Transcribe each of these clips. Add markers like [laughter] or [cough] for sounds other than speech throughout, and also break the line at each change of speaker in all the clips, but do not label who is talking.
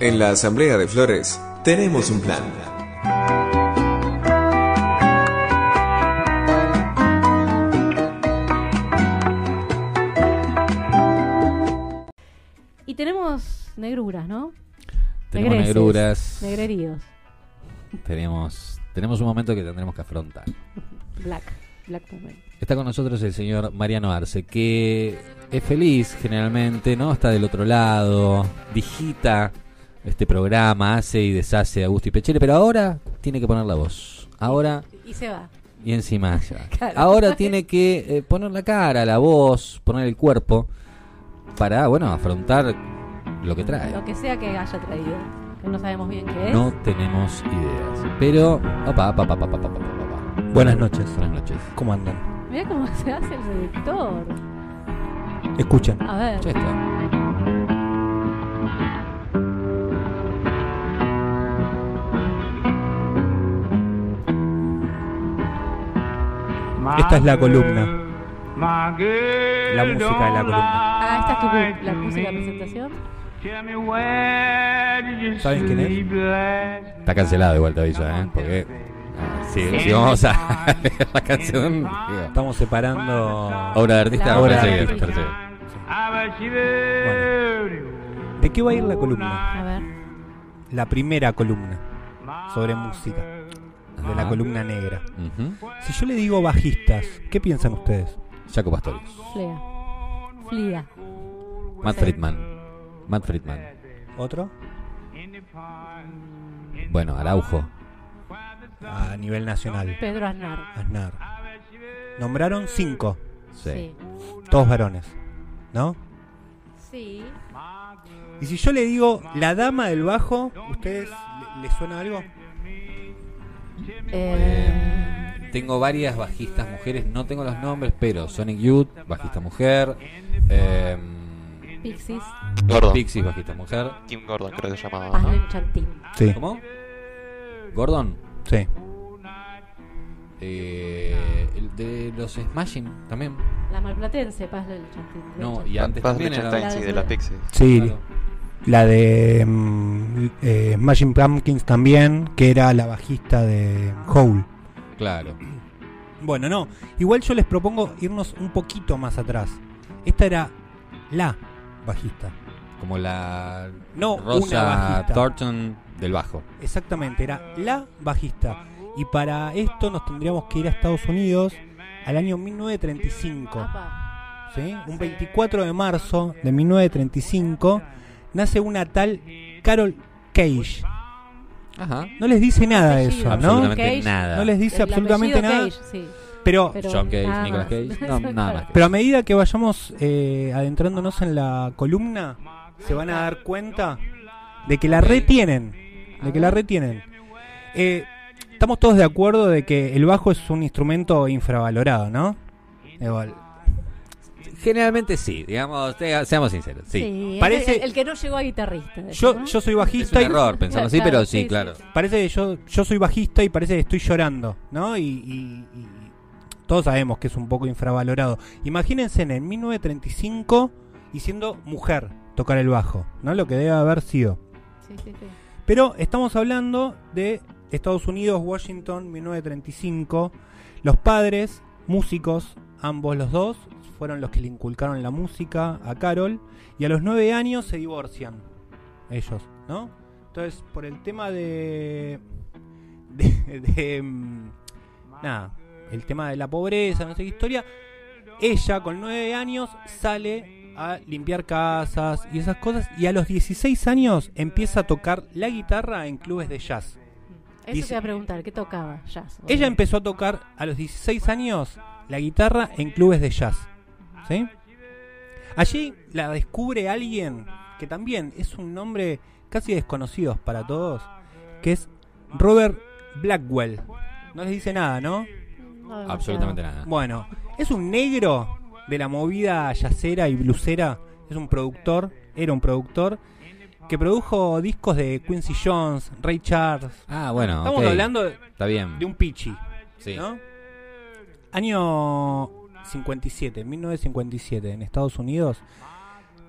En la Asamblea de Flores tenemos un plan.
Y tenemos negruras, ¿no?
Tenemos
Negreces,
negruras.
Negreríos.
Tenemos, tenemos un momento que tendremos que afrontar.
Black. Black Moment.
Está con nosotros el señor Mariano Arce, que es feliz generalmente, ¿no? Está del otro lado, digita este programa, hace y deshace a Gusti Pechere, pero ahora tiene que poner la voz. Ahora,
Y se va.
y encima ya.
Claro.
Ahora tiene que eh, poner la cara, la voz, poner el cuerpo, para, bueno, afrontar lo que trae.
Lo que sea que haya traído. Que no sabemos bien qué es.
No tenemos ideas. Pero. opa, opa, opa, opa, opa, opa, opa.
Buenas noches.
Buenas noches.
¿Cómo andan?
Mirá cómo se hace el seductor.
Escuchan.
A ver.
Ya está.
Esta es la columna. La música de la columna.
Ah, esta es tu cu- la música de presentación.
¿Saben quién es?
Está cancelado igual, te aviso, ¿eh? Porque. ah, sí, si vamos a [laughs] leer la canción. digo,
Estamos separando.
Obra de artista,
La obra
parece
de
que-
artista.
parece
¿De qué va a ir la columna?
A ver.
La primera columna sobre música
que-
de la
Ajá.
columna negra.
Ujú.
Si yo le digo bajistas, ¿qué piensan ustedes?
Jaco Pastorius.
Flea. Flea.
Matt Friedman. Matt Friedman.
¿Otro?
Bueno, Araujo.
A nivel nacional.
Pedro Aznar.
Aznar. Nombraron cinco,
Sí.
todos varones. ¿No?
Sí.
Y si yo le digo la dama del bajo, ¿ustedes le- les suena algo?
Eh,
Tengo varias bajistas mujeres, no tengo los nombres, pero Sonic Youth, bajista mujer. Eh,
Pixies.
Gordon.
Pixies, bajista mujer.
Kim Gordon creo que se llamaba,
Paz
Ah,
¿no?
del Chantín.
Sí.
¿Cómo? Gordon.
Sí.
Eh, el de los Smashing también.
La malplatense, Paz del Chantín. del
No,
Chantín.
y antes
Paz
también era-
Lichtenstein, sí, de las Pixies.
Sí,
Claro.
La de mm, eh, Smashing Pumpkins también, que era la bajista de Hole.
Claro.
Bueno, no, igual yo les propongo irnos un poquito más atrás. Esta era la bajista.
Como la
No, Oh, una
Rosa
bajista.
Thornton del bajo.
Exactamente, era la bajista. Y para esto nos tendríamos que ir a Estados Unidos al año 1935.
Apa.
¿sí? Un 24 de marzo de 1935 nace una tal Carol Cage.
Ajá.
No les dice nada
Apellido.
eso, ¿no?
Absolutamente
Cage,
nada.
No les dice
El
absolutamente
apellido
nada.
Cage, sí.
Pero,
Pero
John Cage,
nada
Nicolas
más. [laughs]
Cage. No, nada más.
pero a medida que vayamos eh, adentrándonos en la columna, se van a dar cuenta de que la retienen. De que la retienen. Eh, estamos todos de acuerdo de que el bajo es un instrumento infravalorado, ¿no? Igual.
Generalmente sí, digamos, te- seamos sinceros. Sí.
Sí,
Parece-
el, el que no llegó a guitarrista. de hecho,
Yo,
¿no?
yo soy
Es un
bajista y
error pensarlo así,
Claro,
pero
sí,
sí,
sí.
claro.
parece que yo, yo soy bajista y parece que estoy llorando, ¿no? Y, y- y todos sabemos que es un poco infravalorado. Imagínense en el 1935 y siendo mujer tocar el bajo, ¿no? Lo que debe haber sido.
Sí, sí, sí.
Pero estamos hablando de Estados Unidos, Washington, 1935. Los padres, músicos, ambos los dos, fueron los que le inculcaron la música a Carol. Y a los nueve años se divorcian. Ellos, ¿no? Entonces, por el tema de. de. de, mm, nada, el tema de la pobreza, no sé qué historia. Ella, con nueve años, sale a limpiar casas y esas cosas. Y a los 16 años empieza a tocar la guitarra en clubes de jazz.
Eso
Dice-
te iba a preguntar, ¿qué tocaba? Jazz. obvio.
Ella empezó a tocar a los 16 años la guitarra en clubes de jazz. ¿sí? Allí la descubre alguien que también es un nombre casi desconocido para todos, que es Robert Blackwell. No les dice nada, ¿no?
No, demasiado.
Absolutamente nada.
Bueno, es un negro de la movida yacera y blusera. Es un productor, era un productor, que produjo discos de Quincy Jones, Ray Charles.
Ah, bueno.
Estamos
ok.
hablando de
Está bien.
de un pichi,
Sí.
¿no? Año 57, 1957, en Estados Unidos.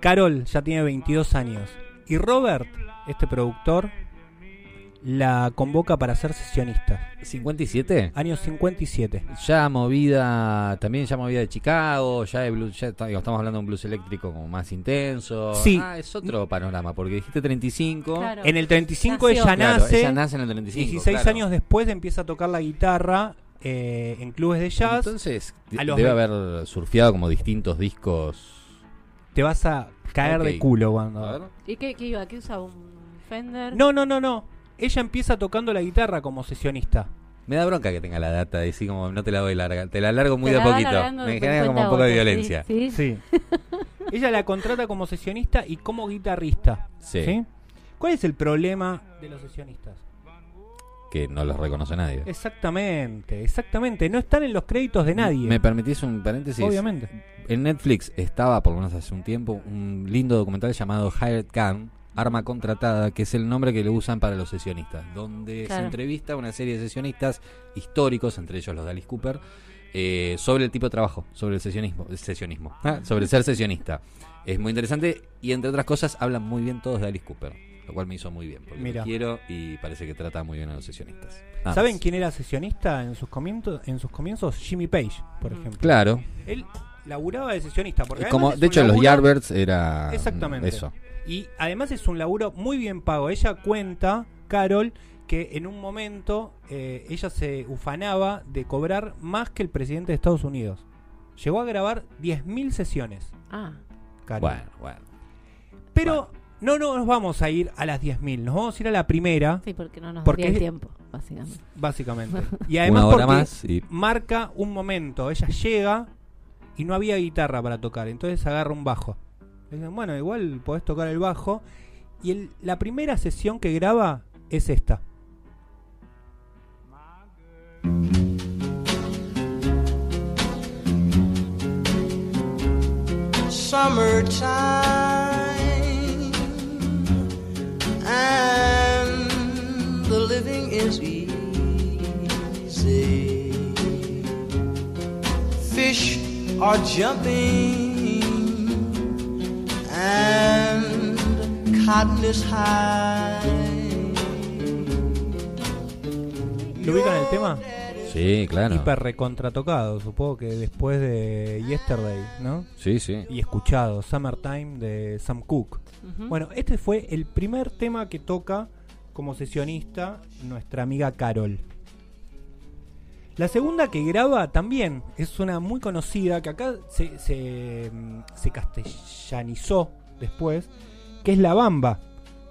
Carol ya tiene 22 años. Y Robert, este productor, la convoca para ser sesionista.
¿57?
Año 57.
Ya movida, también ya movida de Chicago, ya de blues, ya está- digo, estamos hablando de un blues eléctrico como más intenso.
Sí.
Ah, es otro panorama, porque dijiste 35.
Claro.
En el 35
Nació.
ella
Claro,
nace.
ella nace en el 35.
16
claro.
años después empieza a tocar la guitarra eh, en clubes de jazz.
Entonces, de-
a los
debe
ve-
haber surfeado como distintos discos.
Te vas a caer
Ok.
de culo
A
cuando.
ver.
¿Y qué, qué iba? ¿Qué usaba? ¿Un Fender?
No, no, no, no. Ella empieza tocando la guitarra como sesionista.
Me da bronca que tenga la data, decir como no te la doy larga, te la largo muy
Te
de a
la va
poquito.
alargando
Me
con
genera como un poco de
cuentagotas, ¿sí?
violencia.
¿Sí?
Sí. Ella la contrata como sesionista y como guitarrista.
Sí.
¿sí? ¿Cuál es el problema de los sesionistas?
Que no los reconoce nadie.
Exactamente, exactamente. No están en los créditos de nadie.
¿Me permitís un paréntesis?
Obviamente.
En Netflix estaba, por lo menos hace un tiempo, un lindo documental llamado Hired Gun, Arma Contratada, que es el nombre que le usan para los sesionistas, donde se
Claro.
entrevista a una serie de sesionistas históricos, entre ellos los de Alice Cooper, eh, sobre el tipo de trabajo, sobre el sesionismo, el sesionismo ah, sobre ser sesionista. Es muy interesante y, entre otras cosas, hablan muy bien todos de Alice Cooper, lo cual me hizo muy bien, porque lo
Mira.
quiero y parece que trata muy bien a los sesionistas. Nada
¿Saben
más.
quién era sesionista en sus comienzos? En sus comienzos, Jimmy Page, por
Mm.
ejemplo.
Claro,
Él laburaba de sesionista. Porque
es como,
además es
de
un
hecho, los
laburo-
Yardbirds era mm,
Exactamente.
eso.
Y además es un laburo muy bien pago. Ella cuenta, Carol, que en un momento eh, ella se ufanaba de cobrar más que el presidente de Estados Unidos. Llegó a grabar 10.000 sesiones,
Ah,
Carol.
Bueno, bueno.
Pero no nos vamos a ir a las 10.000, nos vamos a ir a la primera,
sí, porque no nos
Porque
daría el
es-
tiempo, básicamente.
básicamente. Y además
una hora
porque
más y
marca un momento. Ella llega y no había guitarra para tocar, entonces agarra un bajo. Le dicen, bueno, igual podés tocar el bajo. Y el- la primera sesión que graba es esta.
summertime and the living is easy. Fish are jumping and cotton is high.
¿Lo ubican el tema?
Sí, claro.
Hiper recontratocado, supongo que después de Yesterday, ¿no?
Sí, sí.
Y escuchado, Summertime de Sam Cooke.
Ujú.
Bueno, este fue el primer tema que toca como sesionista nuestra amiga Carol. La segunda que graba también es una muy conocida que acá se, se, mm, se castellanizó después, que es La Bamba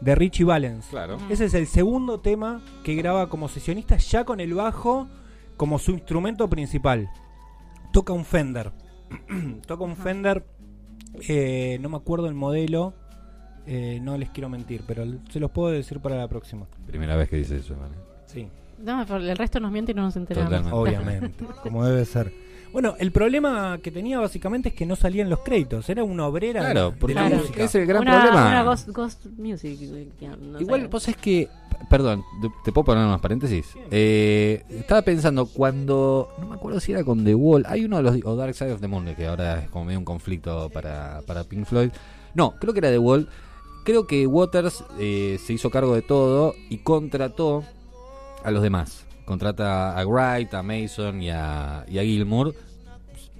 de Richie Valens.
Claro.
Ese es el segundo tema que graba como sesionista ya con el bajo como su instrumento principal. Toca un Fender. [clears throat] Toca un Fender, eh, no me acuerdo el modelo, eh, no les quiero mentir, pero l- se los puedo decir para la próxima.
Primera vez que dice eso, ¿vale?
Sí,
No, por el resto nos miente y no nos enteramos.
Totalmente. [laughs]
obviamente, como debe ser. Bueno, el problema que tenía básicamente es que no salían los créditos, era una obrera de-
Claro,
de,
porque
la
Claro.
música.
es el gran
una,
problema.
Una ghost, ghost music. eh, que no sé.
Igual, vos es que. Perdón, ¿te- ¿te puedo poner unos paréntesis? Eh, estaba pensando cuando. No me acuerdo si era con The Wall. Hay uno de los. O Dark Side of the Moon, que ahora es como medio un conflicto para, para Pink Floyd. No, creo que era The Wall. Creo que Waters eh, se hizo cargo de todo y contrató a los demás. Contrata a Wright, a Mason y a, y a Gilmour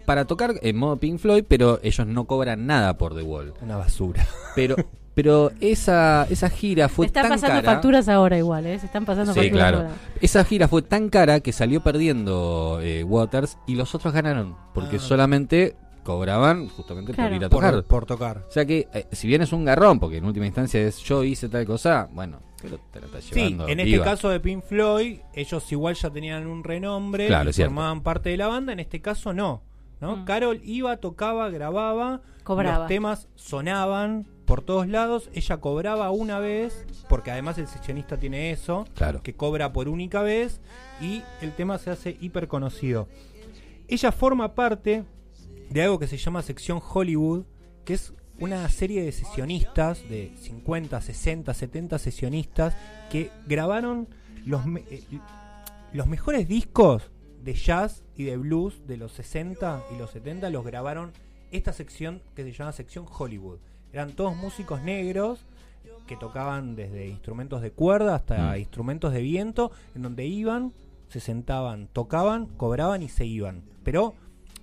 para tocar en modo Pink Floyd, pero ellos no cobran nada por The Wall.
Una basura.
Pero, pero esa, esa gira
Se
fue
están
tan
pasando
cara.
facturas ahora igual, ¿eh? Se están pasando
Sí,
facturas
claro.
ahora.
Esa gira fue tan cara que salió perdiendo eh, Waters y los otros ganaron. Porque
Ah.
solamente cobraban justamente
Claro.
[laughs] por ir a tocar.
Por, por tocar.
O sea que, eh, si bien es un garrón, porque en última instancia es yo hice tal cosa, bueno, pero te la estás
Sí,
llevando.
en este
viva.
caso de Pink Floyd, ellos igual ya tenían un renombre,
Claro,
y
es cierto.
formaban parte de la banda, en este caso no. ¿no?
Mm.
Carol iba, tocaba, grababa,
Cobraba.
los temas sonaban por todos lados, ella cobraba una vez, porque además el sesionista tiene eso,
Claro.
que cobra por única vez, y el tema se hace hiper conocido. Ella forma parte de algo que se llama Sección Hollywood, que es una serie de sesionistas, de 50, 60, 70 sesionistas, que grabaron los, me- eh, los mejores discos de jazz y de blues de los 60 y los 70 los grabaron esta sección que se llama sección Hollywood. Eran todos músicos negros que tocaban desde instrumentos de cuerda hasta
Mm.
instrumentos de viento, en donde iban, se sentaban, tocaban, cobraban y se iban. Pero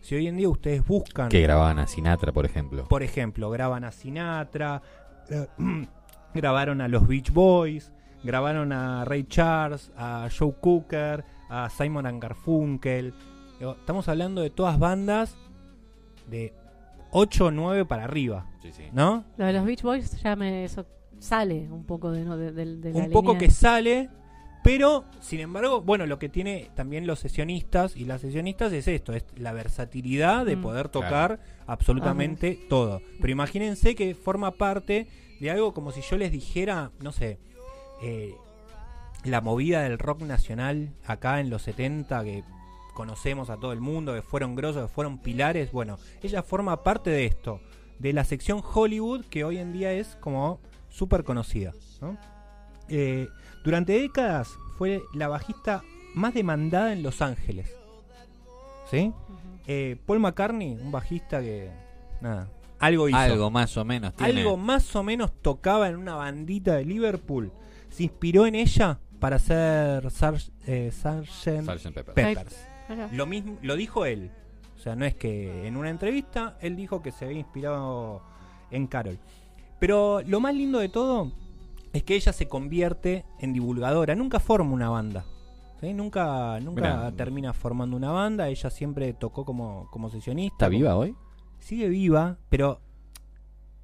si hoy en día ustedes buscan
Que grababan a Sinatra, por ejemplo.
por ejemplo, graban a Sinatra, [clears throat] gra- grabaron a los Beach Boys, grabaron a Ray Charles, a Joe Cooker, a Simon and Garfunkel. Digo, Estamos hablando de todas bandas de 8 o 9 para arriba, ¿no?
Lo de los Beach Boys ya me eso sale un poco de, no, de, de- de la
un poco
línea.
que sale, pero sin embargo, bueno, lo que tiene también los sesionistas y las sesionistas es esto, es la versatilidad de
Mm.
poder
Claro.
tocar absolutamente todo. Pero imagínense que forma parte de algo como si yo les dijera, no sé, eh, la movida del rock nacional acá en los 70 que conocemos a todo el mundo, que fueron grosos, que fueron pilares, bueno, ella forma parte de esto, de la sección Hollywood que hoy en día es como súper conocida. ¿no? Eh, durante décadas fue la bajista más demandada en Los Ángeles. ¿Sí?
Ujú.
Eh, Paul McCartney, un bajista que. Nada. Algo hizo.
Algo más o menos tiene.
Algo más o menos tocaba en una bandita de Liverpool. Se inspiró en ella para ser Sar- eh, Sargent
Sgt. Pepper.
Peppers.
Ahora,
Lo mismo, lo dijo él. O sea, no es que en una entrevista él dijo que se había inspirado en Carol. Pero lo más lindo de todo es que ella se convierte en divulgadora. Nunca forma una banda. ¿sí? Nunca, nunca
Mirá.
termina formando una banda. Ella siempre tocó como, como sesionista.
¿Está
como-
viva hoy?
sigue viva, pero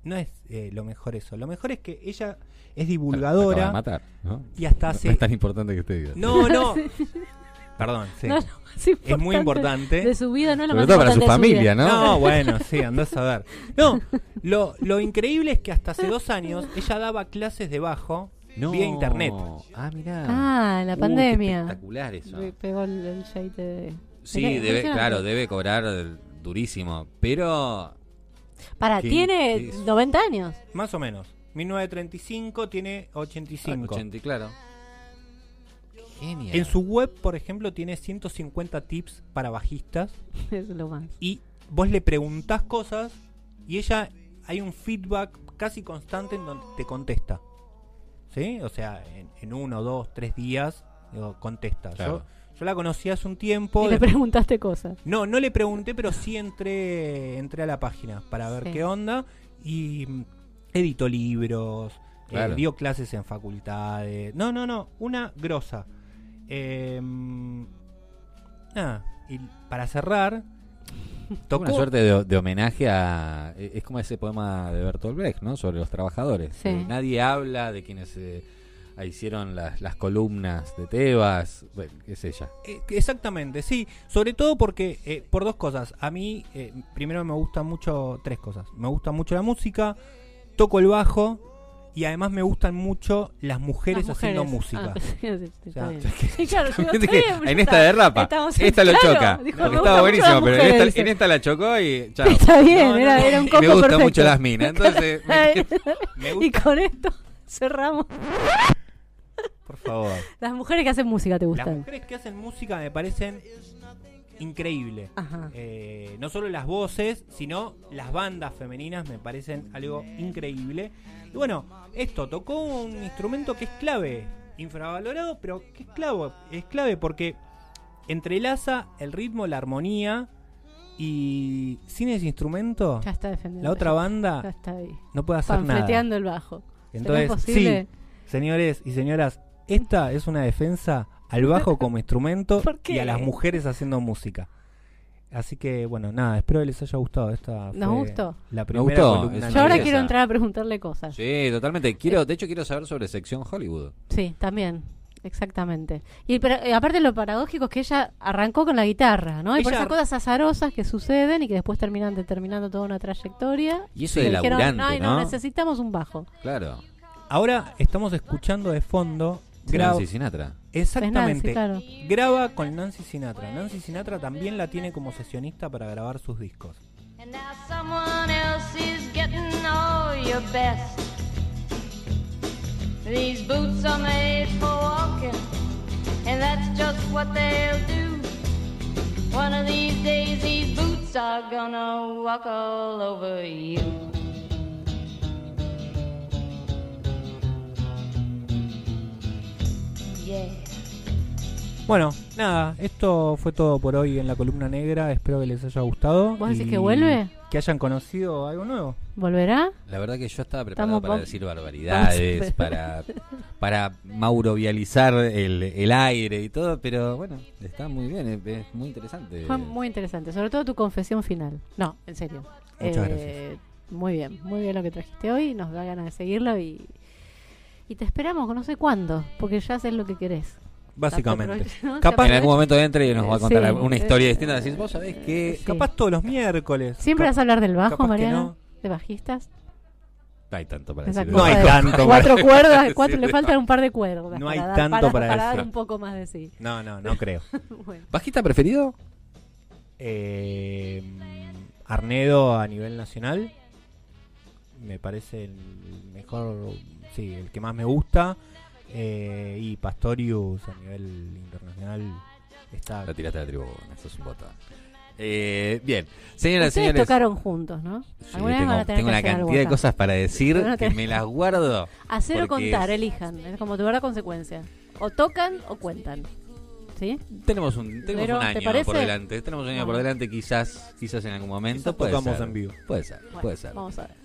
no es eh, lo mejor eso. Lo mejor es que ella es
Me acaba de
divulgadora
matar, ¿no?
y hasta
No-
hace.
no es tan importante que esté viva.
No, no.
[laughs]
Perdón, sí.
No, no, es,
es muy importante.
De su vida, no es lo
Sobre
más
todo para su
importante de vida.
familia, ¿no?
No, bueno, sí, andás a ver. No, lo, lo increíble es que hasta hace dos años ella daba clases de bajo
No.
vía internet.
Ah, mirá.
Ah, la
Uy, Uh, qué
pandemia.
espectacular eso.
Le pegó el, el shade de...
Sí,
Mirá,
debe,
impresionante.
claro, debe cobrar eh, durísimo. Pero.
Para,
Qué-
tiene
qué es-
90 años. [laughs]
Más o menos. 1935 tiene 85.
80, claro. Genial.
En su web, por ejemplo, tiene 150 tips para bajistas.
Es lo más.
y vos le preguntás cosas y ella hay un feedback casi constante en donde te contesta. ¿Sí? O sea, en, en uno, dos, tres días digo, contesta. Yo-
Claro.
Yo, la conocí hace un tiempo.
Y le
después-
preguntaste cosas.
no, no le pregunté, pero sí entré, entré a la página para ver
Sí.
qué onda y mm, editó libros, eh,
Claro.
dio clases en facultades. No, no, no, una grosa. Eh, nada, y para cerrar, tocó
Una suerte de, de homenaje a. eh, Es como ese poema de Bertolt Brecht, ¿no? Sobre los trabajadores.
Sí.
Eh, nadie habla de quienes eh, hicieron las, las columnas de Tebas. Bueno, es ella.
Eh, Exactamente, sí. Sobre todo porque, eh, por dos cosas. A mí, eh, primero me gusta mucho, tres cosas. Me gusta mucho la música, toco el bajo y además me gustan mucho las mujeres,
Las
haciendo
mujeres.
música.
Ah, [laughs] sí, sí, sí,
O
está
sea,
bien. Sí,
[laughs]
claro, yo digo,
Viste
está
que
bien,
en
ya
esta
está.
derrapa.
Estamos en-
Esta
[laughs]
lo
claro,
choca.
dijo,
porque
me
estaba
gustan mucho
buenísimo,
las
pero en
mujeres, [laughs]
esta, en esta la chocó y [laughs] chao.
Está bien,
No, no,
era,
no.
era un
Y
combo
me gustan
perfecto.
mucho las minas. [laughs] Entonces, me-
[laughs]
Me
y
gusta,
con esto cerramos.
por favor.
Las mujeres que hacen música te
Las
gustan.
mujeres que hacen música me parecen increíble.
Ajá.
Eh, no solo las voces, sino las bandas femeninas me parecen algo increíble. Y bueno, esto tocó un instrumento que es clave, infravalorado, pero que es clave, es clave porque entrelaza el ritmo, la armonía y sin ese instrumento,
Ya está defendiendo.
la otra
ya- Ya
banda
está ahí.
no puede hacer nada.
Panfleteando el bajo.
Entonces,
¿Será
sí,
posible?
señores y señoras, esta es una defensa al
[laughs]
bajo como instrumento
¿Por qué?
y a las mujeres haciendo música. Así que, bueno, nada, espero que les haya gustado esta
Nos
fue
gustó.
La
Nos
primera
gustó.
columna
Es
Yo ahora
Esa.
negra.
quiero entrar a preguntarle cosas. Sí,
Sí, totalmente. Quiero, de hecho, quiero saber sobre sección Hollywood.
también. Exactamente. Y pero, eh, aparte lo paradójico es que ella arrancó con la guitarra, ¿no? Y por
Ella-
esas cosas azarosas que suceden y que después terminan determinando toda una trayectoria.
Y eso
le
de
dijeron,
laburante,
"Ay, no,
¿no?
necesitamos un bajo.
Claro.
Ahora estamos escuchando de fondo. graba-
Nancy Sinatra.
Es
Exactamente.
Nancy, claro.
Graba con Nancy Sinatra. Nancy Sinatra también la tiene como sesionista para grabar sus discos.
And now someone else is getting all your best. These boots are made for walking, and that's just what they'll do. One of these days these boots are gonna walk all over you. Yeah.
Bueno, nada, esto fue todo por hoy en la columna negra. Espero que les haya gustado.
¿Vos decís
y
que vuelve?
Que hayan conocido algo nuevo.
¿Volverá?
La verdad que yo estaba preparado
Estamos
para
pon-
decir barbaridades,
Vamos
para, para maurovializar el, el aire y todo, pero bueno, está muy bien, es, es muy interesante.
Fue muy interesante, sobre todo tu confesión final. No, en serio. Eh,
Muchas
Muy bien, muy bien lo que trajiste hoy, nos da ganas de seguirlo y, y te esperamos con no sé cuándo, porque ya haces lo que querés.
Básicamente.
Tanto pro- ¿no?
Capaz-
Ya
en algún
pro-
momento entra y nos va a contar
Sí.
una historia distinta. Decís, vos sabés que...
Sí.
Capaz todos los miércoles.
¿Siempre vas a hablar del
capaz
bajo,
que
Mariana?
no.
¿De bajistas?
No hay tanto para
Esa
decir.
No
cosa
hay
de
tanto
Cuatro
[laughs]
para-
cuerdas, cuatro, le
Sí.
faltan un par de cuerdas.
No hay
dar-
tanto para
dar
decir.
un poco más de sí. [laughs]
No, no, no creo.
Bueno,
¿Bajista preferido?
Eh, Arnedo a nivel nacional. Me parece el mejor, sí, el que más me gusta. Eh, y Pastorius a nivel internacional está...
La tiraste a la tribuna, sos un botón. Eh, bien, señoras y
Ustedes
señores.
tocaron juntos, ¿no?
Sí,
Alguna vez
tengo
van a tener
tengo
que
una
hacer algo
cantidad de
acá.
cosas para decir
Pero no
que
tenés-
me las guardo.
Hacer o
porque
contar,
es-
elijan. Es como tu verdad consecuencia. O tocan o cuentan. ¿Sí?
Tenemos un, tenemos
Pero,
un
¿te
año
parece?
por delante. Tenemos un año por
Bueno.
delante, quizás, quizás en algún momento.
Quizás
puede
tocamos
ser.
en vivo.
Puede ser,
Bueno,
puede ser.
Vamos a ver.